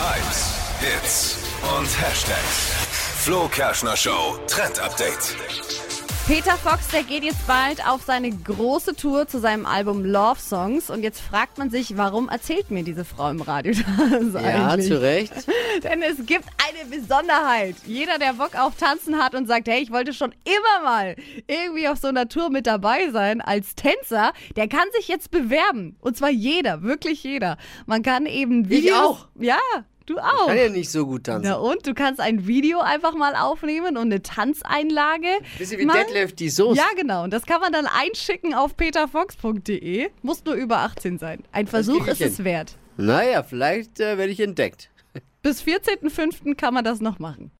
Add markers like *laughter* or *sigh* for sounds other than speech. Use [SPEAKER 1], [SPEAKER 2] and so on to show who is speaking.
[SPEAKER 1] Hypes, Hits und Hashtags. Flo Kerschner Show Trend Update.
[SPEAKER 2] Peter Fox, der geht jetzt bald auf seine große Tour zu seinem Album Love Songs. Und jetzt fragt man sich, warum erzählt mir diese Frau im Radio *laughs* das
[SPEAKER 3] Ja,
[SPEAKER 2] eigentlich?
[SPEAKER 3] zu Recht.
[SPEAKER 2] *laughs* Denn es gibt eine Besonderheit. Jeder, der Bock auf Tanzen hat und sagt, hey, ich wollte schon immer mal irgendwie auf so einer Tour mit dabei sein als Tänzer, der kann sich jetzt bewerben. Und zwar jeder, wirklich jeder. Man kann eben Videos...
[SPEAKER 3] auch.
[SPEAKER 2] Ja, du auch.
[SPEAKER 3] Kann ja nicht so gut tanzen.
[SPEAKER 2] Na und, du kannst ein Video einfach mal aufnehmen und eine Tanzeinlage.
[SPEAKER 3] Bisschen wie
[SPEAKER 2] machen.
[SPEAKER 3] Detlef die Soße.
[SPEAKER 2] Ja, genau. Und das kann man dann einschicken auf peterfox.de. Muss nur über 18 sein. Ein Versuch
[SPEAKER 3] krieg ich
[SPEAKER 2] ist es
[SPEAKER 3] hin.
[SPEAKER 2] wert.
[SPEAKER 3] Naja, vielleicht äh, werde ich entdeckt.
[SPEAKER 2] Bis 14.05. kann man das noch machen.